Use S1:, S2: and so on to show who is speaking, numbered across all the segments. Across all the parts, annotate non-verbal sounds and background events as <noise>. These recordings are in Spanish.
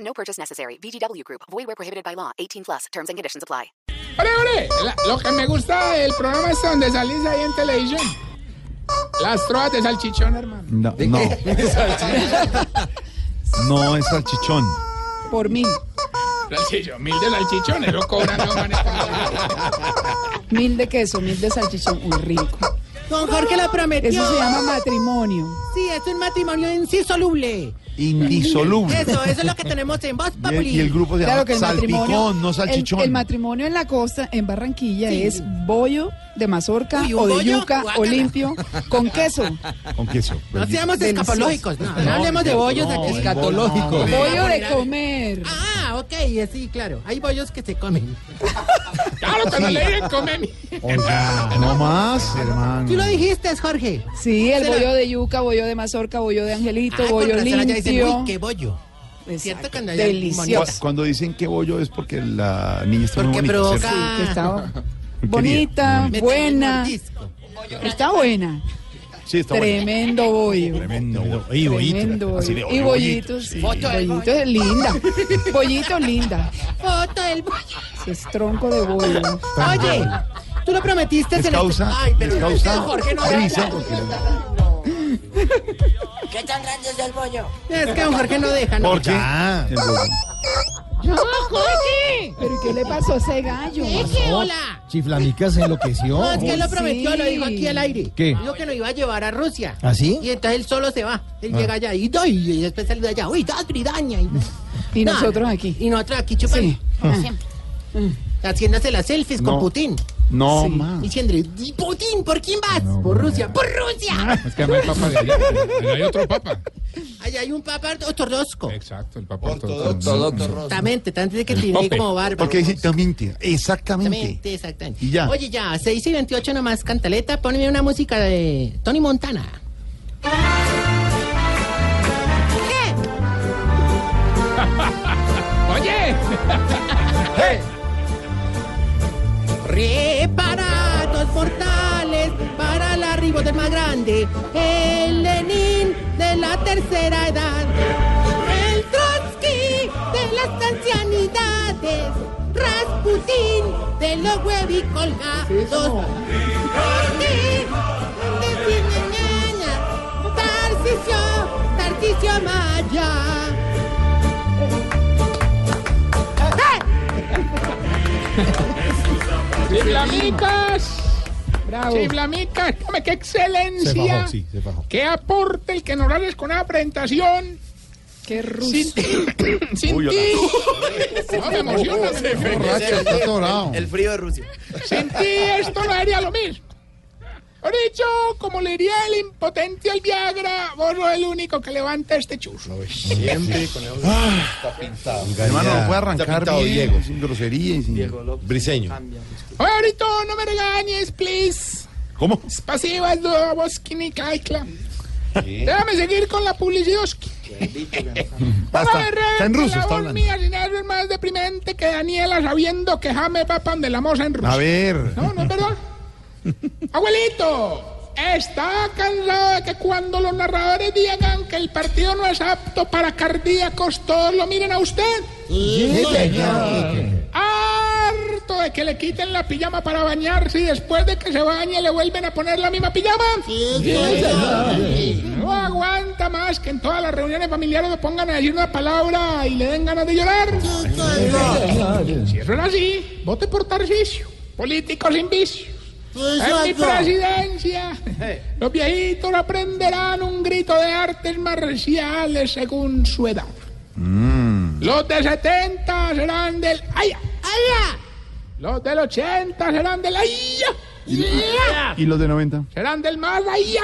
S1: No purchase necessary. VGW Group. Void where prohibited by law. 18 plus. Terms and conditions apply.
S2: ¡Ore, ore! La- lo que me gusta del programa es donde salís ahí en televisión. Las troas de salchichón, hermano.
S3: No, no. No es salchichón.
S2: Por mil. Salchichón, mil de salchichón, eso cobran los manes.
S4: Mil de queso, mil de salchichón, un rico.
S5: Don Jorge lo prometió.
S4: Eso se llama matrimonio.
S5: Sí, es un matrimonio insoluble.
S3: Indisoluble.
S5: Eso, eso es lo que tenemos en
S3: <laughs>
S5: Voz
S3: Y el,
S5: Populi.
S3: y el grupo Pues se
S4: Claro
S3: llama
S4: que el matrimonio.
S3: Salpicón, no salchichón.
S4: El, el matrimonio en la costa, en Barranquilla,
S5: Sí.
S4: es bollo de mazorca
S5: Uy, un
S4: o de
S5: bollo,
S4: yuca o
S5: guácala.
S4: limpio con
S3: <laughs>
S4: queso.
S3: Con queso.
S5: No seamos
S4: Delicioso.
S5: escapológicos, no. No, hablemos de bollos
S3: no,
S5: aquí.
S3: escatológico.
S5: No, hombre.
S4: Bollo de comer.
S5: Ah, ok, eh, sí, claro. Hay bollos que se comen.
S2: Claro, cuando le dicen come mi.
S3: Oiga, Ah, no más,
S5: Tú lo
S3: hermano.
S5: dijiste, Jorge.
S4: Sí, el
S5: Se la-
S4: bollo de yuca, bollo de mazorca, bollo de angelito,
S5: Ah, con
S4: bollo
S5: razón allá dicen,
S4: limpio.
S5: uy, qué bollo.
S4: Exacto.
S5: ¿Cierto? Cuando allá-
S3: Cu-
S4: Delicioso.
S3: Cuando dicen que bollo es porque la niña está muy
S5: Porque
S3: bonita.
S5: provoca-
S3: ¿cierto?
S4: Sí, que está
S3: Querida.
S4: bonita,
S5: Me
S4: buena.
S5: tengo un mordisco.
S4: Está buena.
S3: Sí, está bueno.
S4: Tremendo bollo.
S3: Tremendo. bollo. Y bollito.
S4: Tremendo bollo.
S3: Así de,
S4: y
S3: oye,
S4: bollitos, sí. bollito es linda. Bollito linda.
S5: Foto del bollo.
S4: Es tronco de bollo.
S5: Oye, tú lo prometiste.
S3: Les
S5: en el-
S3: causa,
S5: Ay, pero
S3: les causa
S5: Jorge no
S3: risa.
S5: deja.
S3: porque-
S6: ¿Qué tan grande es el bollo?
S5: Es que don Jorge no deja. ¿no?
S3: ¿Por qué? El bollo.
S4: ¿Pero qué le pasó a ese gallo?
S5: hola.
S7: Chiflamica se enloqueció.
S5: <laughs> No, es que él lo
S4: sí.
S5: prometió, lo dijo aquí al aire.
S7: ¿Qué?
S5: Dijo que lo iba a llevar a Rusia.
S7: ¿Ah, sí? Ah.
S5: Y entonces él solo se va. Él llega allá y doy, y después saluda allá. Uy, da Bridaña. Y,
S4: <laughs> Y
S5: No,
S4: nosotros
S5: no.
S4: aquí.
S5: Y nosotros aquí chupando.
S4: Sí. Ah.
S5: Como siempre. Haciéndose las selfies
S3: No.
S5: con Putin.
S3: No
S4: Sí.
S3: más.
S5: Diciendo, "Y Putin, ¿por quién vas? por Rusia, por Rusia.
S7: <laughs>
S2: Es que no hay papa de allá. allá Hay otro papa.
S5: Allá hay un papa ortodoxo.
S2: Exacto, el papa ortodoxo.
S5: Exactamente, tanto de que tiene
S2: Pope.
S5: como bárbaro.
S3: Porque exactamente,
S5: Exactamente,
S3: exactamente.
S5: exactamente.
S3: Y ya.
S5: Oye, ya, 6 y 28 nomás, cantaleta, ponme una música de Tony Montana. ¿Qué?
S2: Oye,
S5: Preparados mortales para el arribo del más grande, el Lenin de la tercera edad, el Trotsky de las ancianidades, Rasputin de los huevicolgados, Ortiz de Cineñaña, Tarcisio, Tarcisio Maya.
S2: chiflamicas.
S4: Bravo.
S2: Chiflamicas, hombre, qué excelencia.
S3: Se bajó, sí, se bajó.
S2: Qué aporte el que nos hables con una presentación.
S4: Qué ruso.
S2: Sin ti. Sin
S3: Uy,
S2: ti. No me emociona. me- me-
S3: Borracho, está atorado.
S2: Sin ti esto no sería lo mismo. Por hecho, como le diría el impotente al Viagra, vos sos el único que levanta este chuzo.
S3: Hermano, no puede arrancar bien, sin grosería y sin...
S2: Oye, ahorita no me regañes, please.
S3: ¿Cómo?
S2: Pasivas, no, vos, y caicla. Déjame seguir con la publicidad.
S3: Basta.
S2: Vamos a ver,
S3: Está en
S2: que
S3: ruso,
S2: la
S3: está
S2: voz
S3: hablando.
S2: mía, sin algo es más deprimente que Daniela sabiendo que Jame papan de la moza en ruso.
S3: A ver.
S2: No, no es verdad. Abuelito, está cansado de que cuando los narradores digan que el partido no es apto para cardíacos, todos lo miren a usted. Harto de que le quiten la pijama para bañarse y después de que se bañe le vuelven a poner la misma pijama. No aguanta más que en todas las reuniones familiares le pongan a decir una palabra y le den ganas de llorar. Si eso es así, vote por Tarcisio, político sin vicio. En mi presidencia, los viejitos aprenderán un grito de artes marciales según su edad. Los de 70 serán del aya. Los del 80 serán del aya. ¡Ya!
S3: ¿Y los de 90?
S2: Serán del más ahí.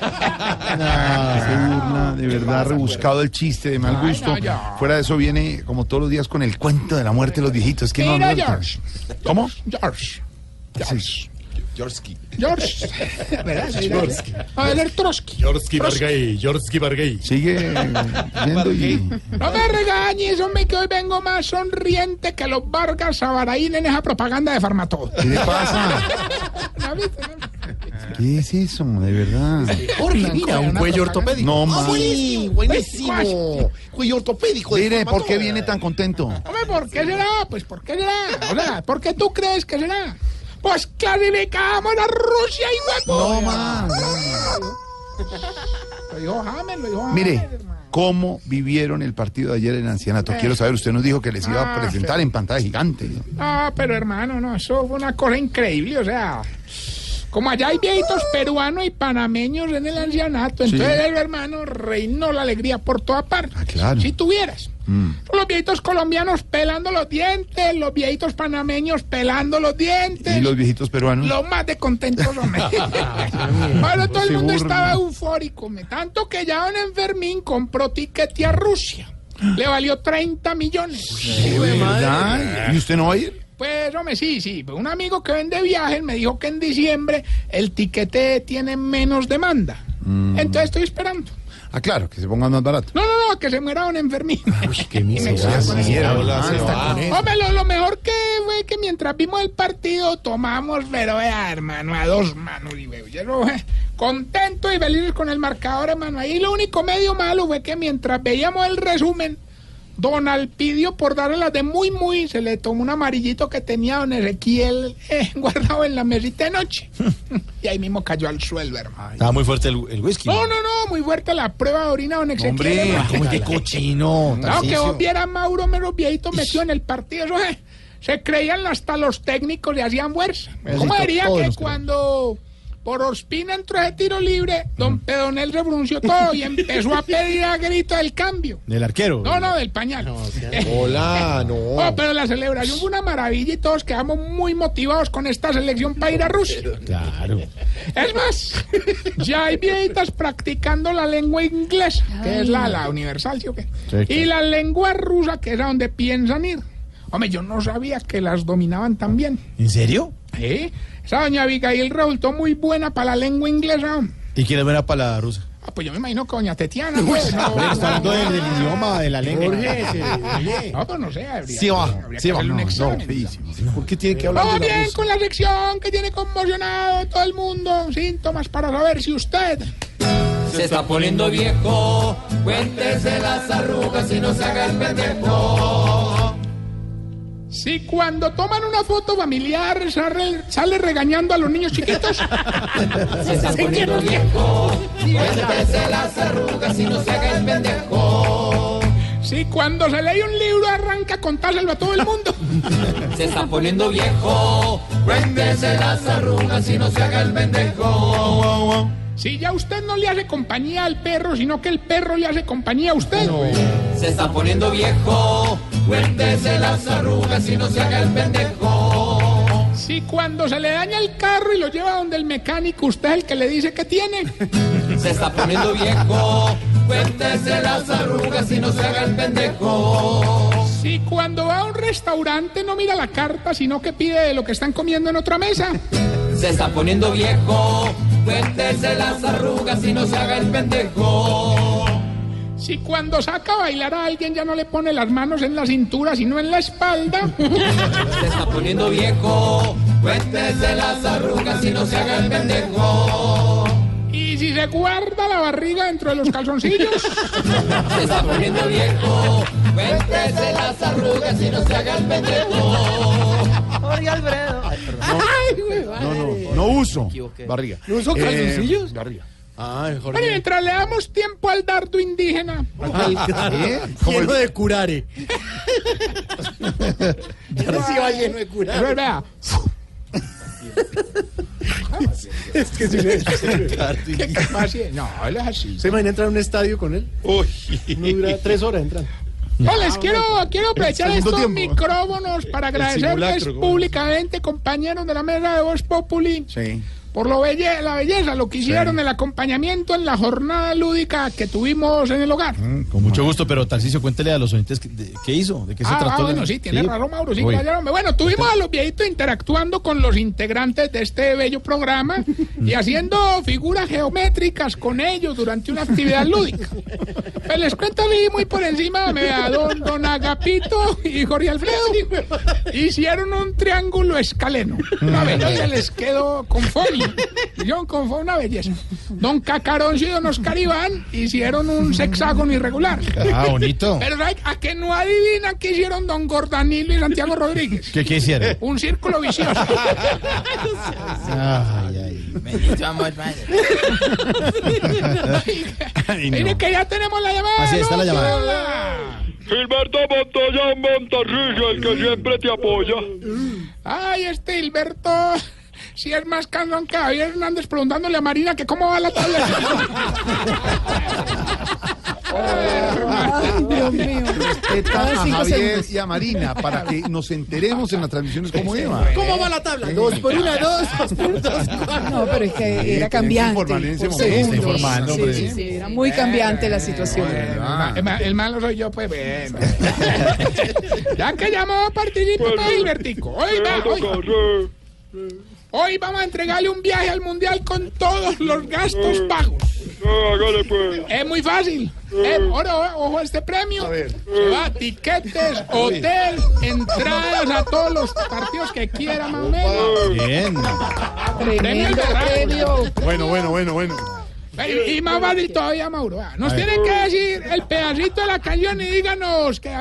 S3: Ah, se burla, de verdad, rebuscado el chiste de mal
S2: pues. Ay,
S3: gusto.
S2: no, ya.
S3: Fuera de eso viene, como todos los días, con el cuento de la muerte de los viejitos. que no han
S2: Mira,
S3: muerto.
S2: George.
S3: ¿Cómo?
S2: George.
S3: Sí.
S6: Yorsky.
S2: George. <laughs> ¿Verdad? Sí, dale. A ver, el Trotsky.
S6: Yorsky Bargay. Yorsky Bargay.
S3: Sigue eh, yendo y...
S2: No me regañes, hombre, que hoy vengo más sonriente que los Vargas Sabaraín en esa propaganda de Farmatodo.
S3: ¿Qué le pasa?
S2: ¿No viste?
S3: ¿Qué es eso? De verdad.
S6: Jorge,
S2: mira, una propaganda.
S3: No,
S6: Ah,
S2: pues,
S3: ma-
S6: buenísimo, buenísimo. Cuello ortopédico. de
S3: Mire, ¿por qué
S6: formato.
S3: viene tan contento?
S2: Hombre, ¿por qué será? Pues, ¿por qué será? O sea, ¿por qué tú crees que será? Pues clasificamos a Rusia y huevo.
S3: No más.
S2: Lo dijo James, lo dijo James.
S3: Mire,
S2: hermano. Eh.
S3: ¿cómo vivieron el partido de ayer en Ancianato? Quiero saber, usted nos dijo que les iba a
S2: Ah,
S3: presentar en pantalla gigante.
S2: No, pero hermano, no, eso fue una cosa increíble, o sea. Como allá hay viejitos peruanos y panameños en el ancianato, entonces el hermano reinó la alegría por toda parte.
S3: Ah, claro. Mm.
S2: Si tuvieras. Los viejitos colombianos pelando los dientes, los viejitos panameños pelando los dientes.
S3: Y los viejitos peruanos.
S2: Lo más de contentos, hombre.
S3: <laughs>
S2: Ahora todo el
S3: Se
S2: mundo
S3: burla.
S2: estaba eufórico, me tanto que ya don Enfermín compró tiquete a Rusia. Le valió 30 millones.
S3: ¿De verdad? ¿Y usted no va a ir?
S2: Pues, hombre, sí, sí. Un amigo que vende viajes me dijo que en diciembre el tiquete tiene menos demanda. Entonces estoy esperando.
S3: Ah, claro, que se pongan más barato.
S2: No, no, no, que se muera don Enfermín.
S6: Hola,
S3: Ah,
S6: se
S3: está
S6: va.
S3: con él.
S2: Hombre, lo, lo mejor que fue que mientras vimos el partido tomamos, pero vea, hermano, a dos manos. Y veo, yo no, eh, contento y feliz con el marcador, hermano. Ahí lo único medio malo fue que mientras veíamos el resumen, don Alpidio, por darle las de muy, muy, se le tomó un amarillito que tenía don Ezequiel eh, <laughs> guardado en la mesita de noche. <laughs> y ahí mismo cayó al suelo, hermano.
S6: Estaba muy fuerte el, el whisky.
S2: No, no, no, muy fuerte la prueba de orina, don Ezequiel.
S6: Hombre,
S2: hermano. <laughs>
S6: como que cochino.
S2: No, que
S6: Tarcisio.
S2: vos vieras Mauro menos viejito metido en el partido. Eso, eh, se creían hasta los técnicos, le hacían fuerza. ¿Cómo diría que cuando por Ospina entró ese tiro libre, don Pedonel se frunció todo y empezó a pedir a grito el cambio?
S6: Del arquero.
S2: No, no, del pañal. <laughs>
S6: Hola, no.
S2: Oh, pero la celebración fue una maravilla y todos quedamos muy motivados con esta selección para ir a Rusia.
S6: Claro.
S2: Es más, ya hay viejitas practicando la lengua inglesa, que es la, la universal, ¿sí o qué?
S6: Sí,
S2: Y
S6: claro.
S2: la lengua rusa, que es a donde piensan ir. Hombre, yo no sabía que las dominaban tan bien.
S6: ¿En serio?
S2: ¿eh? Esa doña Abigail resultó muy buena para la lengua inglesa.
S6: ¿Y quién es buena para la rusa?
S2: Ah, pues yo me imagino que doña Tetiana.
S6: <laughs>
S2: pues, no,
S3: ah,
S6: idioma, de la lengua. Ah,
S2: No, pues no sé. Habría,
S6: Sí va,
S2: habría que
S6: sí va.
S2: hacerle un
S6: No,
S2: examen.
S6: ¿Por qué
S3: Ah,
S6: tiene que
S2: Vamos
S6: hablar de la
S2: bien
S6: rusa?
S2: con la sección que tiene conmocionado todo el mundo. Síntomas para saber si usted...
S7: Se está poniendo viejo, cuéntese las arrugas y no se haga el pendejo.
S2: Si cuando toman una foto familiar sale, sale regañando a los niños chiquitos.
S7: Se está poniendo viejo, cuéntese las arrugas y no se haga el pendejo.
S2: Si cuando se lee un libro arranca a contárselo a todo el mundo.
S7: Se está poniendo viejo, cuéntese las arrugas y no se haga el pendejo.
S2: Si ya usted no le hace compañía al perro, sino que el perro le hace compañía a usted.
S7: Se está poniendo viejo, cuéntese las arrugas y no se haga el pendejo.
S2: Si cuando se le daña el carro y lo lleva donde el mecánico, usted es el que le dice que tiene.
S7: <laughs> Se está poniendo viejo, cuéntese las arrugas y no se haga el pendejo.
S2: Si cuando va a un restaurante no mira la carta, sino que pide de lo que están comiendo en otra mesa.
S7: Se está poniendo viejo, cuéntese las arrugas y no se haga el pendejo.
S2: Si cuando saca a bailar a alguien ya no le pone las manos en la cintura, sino en la espalda.
S7: <laughs> Se está poniendo viejo, cuéntese las arrugas y no se haga el pendejo.
S2: Y si se guarda la barriga dentro de los calzoncillos,
S7: <laughs> Se está poniendo viejo, cuéntese las arrugas y no se haga el pendejo.
S5: Ay, güey,
S3: No, no, no uso. Barriga. ¿No uso calzoncillos? barriga.
S6: Ay,
S2: bueno, y
S6: Jorge.
S2: mientras le damos tiempo al dardo indígena,
S3: ¿Eh? Como el-
S6: Lleno de curare. Tarcisio va lleno de curare.
S2: pero vea,
S6: Es que si
S2: ¿qué pasa? No, él es así.
S6: ¿Se imagina entrar a un estadio con él? Uy. No dura tres horas entrar.
S2: No, les quiero, quiero aprovechar
S8: segundo
S2: estos
S8: tiempo.
S2: micrófonos para
S8: El
S2: agradecerles
S8: simulacro, ¿cómo es?
S2: públicamente, compañeros de la mesa de Voz Populi,
S8: Sí.
S2: por lo belle- la belleza, lo que hicieron, el acompañamiento en la jornada lúdica que tuvimos en el hogar.
S3: Mm, Con mucho gusto, pero Tarcicio, cuéntele a los oyentes que- de- qué hizo, de qué se
S2: Ah,
S3: trató.
S2: ah,
S3: la-
S2: bueno, sí, tiene razón, Mauro. Sí,
S3: Uy.
S2: claro, hombre. Bueno, tuvimos a los viejitos interactuando con los integrantes de este bello programa y
S3: <laughs>
S2: haciendo figuras geométricas con ellos durante una actividad lúdica. Pues les cuento ahí muy por encima me a don, don Agapito y Jorge Alfredo. Hicieron un triángulo escaleno. Una
S3: Mm.
S2: belleza les quedó con fondo. Yo con fondo, una belleza. Don Cacaroncio y don Oscar Iván hicieron un sexágono irregular.
S3: Ah,
S6: <laughs>
S3: bonito.
S2: Pero ¿sabe ¿a que no adivinan qué hicieron don Gordanilo y Santiago Rodríguez?
S3: ¿Qué,
S6: <laughs>
S3: qué hicieron?
S2: Un círculo
S3: <laughs>
S2: vicioso.
S3: Ay, ay.
S9: Bendito amor, padre.
S3: Ay, no.
S2: Mire que ya tenemos la llamada.
S3: Así está la
S2: ¿no?
S3: llamada.
S2: Hola.
S10: Gilberto Montoya Montarrillo, el que siempre te apoya.
S2: Ay, este Hilberto. Si es más cansón que Javier Hernández preguntándole a Marina que cómo va la tabla.
S11: Ay, Dios mío.
S8: Respeta
S11: Cada
S8: a
S11: cinco
S8: Javier
S11: segundos.
S8: y a Marina para que nos enteremos en las transmisiones cómo iba.
S5: ¿Cómo va la tabla? Dos por una, dos, dos por una, dos.
S11: No, pero es que era
S8: que
S11: cambiante.
S8: informar en ese
S11: por
S8: momento,
S11: segundos.
S8: informando,
S11: sí,
S8: hombre.
S11: sí, sí, era muy cambiante la situación.
S2: El ma- El malo soy yo, pues bueno. ya que llamó, participa
S10: Bueno.
S2: Hilbertico. Hoy
S10: Me
S2: va,
S10: hago
S2: hoy,
S10: correr.
S2: hoy vamos a entregarle un viaje al mundial con todos los gastos pagos.
S10: Ah, Hágale pues.
S2: Es muy fácil. Eh, ahora, o- ojo a este premio. Se va tiquetes, hotel, entradas a todos los partidos que quiera, más o menos.
S3: Bien.
S11: Tremendo
S2: Premio,
S11: premio.
S8: Bueno, bueno, bueno, bueno.
S2: Eh, Y, y más fácil todavía, Mauro. Ah, Nos tienen que decir el pedacito de la canción y díganos que,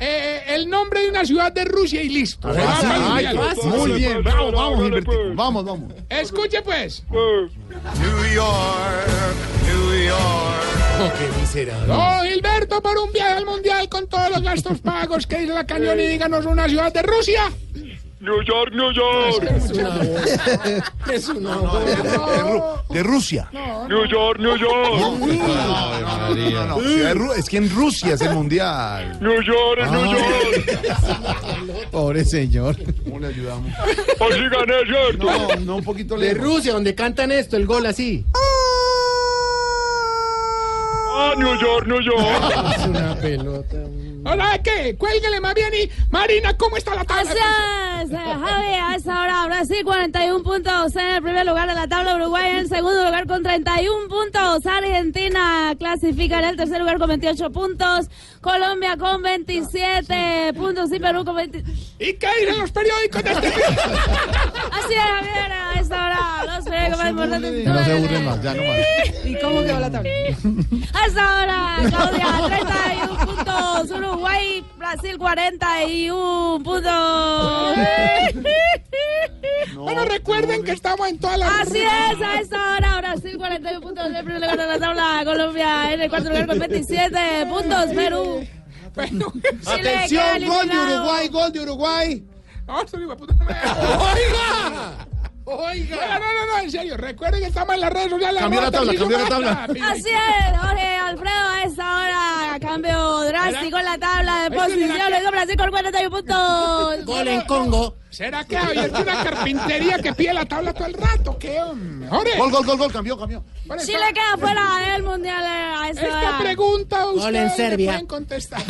S2: eh, el nombre de una ciudad de Rusia y listo. Ah, para el
S8: Ay,
S2: mundial.
S8: Muy bien, vamos, vamos,
S10: pues.
S8: Gilbertico. Vamos, vamos.
S2: Escuche pues.
S5: No, qué miserable.
S2: Don Gilberto por un viaje al mundial con todos los gastos pagos que dice la canción y díganos una ciudad de Rusia.
S10: New York, New York.
S5: Es un
S8: De, Ru- de Rusia.
S10: New York, New York.
S8: No, no, no. Ciudad de Ru- Es que en Rusia es el mundial.
S10: New York, New York.
S3: Pobre señor.
S8: ¿Cómo le ayudamos?
S10: Así gané, ¿cierto?
S8: Ah. No, no, un poquito
S5: De
S8: lejos.
S5: Rusia, donde cantan esto, el gol así.
S10: Ah, New York, New York.
S5: Es una pelota.
S2: Hola, ¿qué? Cuélguele más bien y Marina, ¿cómo está la tabla?
S4: eh, Javi, a esa hora Brasil 41 puntos en el primer lugar de la tabla, Uruguay en el segundo lugar con 31 puntos, Argentina clasifica en el tercer lugar con 28 puntos, Colombia con 27 puntos y Perú con 20.
S2: ¿Y qué dicen los periódicos de
S5: <laughs>
S2: este país?
S4: Así es, Javier, a esa hora los periódicos más importantes.
S8: No se burlen más, ya no más.
S11: ¿Y cómo quedó la tabla?
S4: Hasta ahora, Claudia, 31 puntos. Uruguay, Brasil, 41
S8: <laughs>
S4: puntos.
S2: bueno, recuerden que estamos en todas las...
S4: Así es, a esta hora, Brasil, 41 puntos. En el primer lugar de la tabla, Colombia en el cuarto lugar con 27 puntos. Perú,
S2: Bueno,
S5: Ah,
S4: Chile queda
S5: Atención, gol de
S4: eliminado.
S5: Uruguay, gol de Uruguay.
S8: Ah,
S2: no, soy hijo de puta.
S5: ¡Oiga!
S2: Bueno,
S5: ¡Oiga!
S2: no, no, no, en serio, recuerden que estamos en las redes sociales.
S8: Cambió la tabla,
S2: Tarcisio
S8: cambió la
S2: Maya,
S8: tabla.
S2: pibe.
S4: Así es, Jorge Alfredo, a esta hora, cambio drástico en la tabla de
S2: Ahí está, mira,
S4: posiciones. Brasil con 41 puntos.
S5: Gol en Congo.
S2: ¿Será que Javier tiene una carpintería que pide la tabla todo el rato? ¿Qué, hombre? Jorge,
S8: Gol, gol, gol, gol, cambió, cambió.
S2: por eso,
S4: Chile queda fuera del mundial eh, a esta
S2: Esta
S4: hora.
S2: pregunta
S5: Gol en
S2: ustedes le
S5: Serbia.
S2: pueden contestar.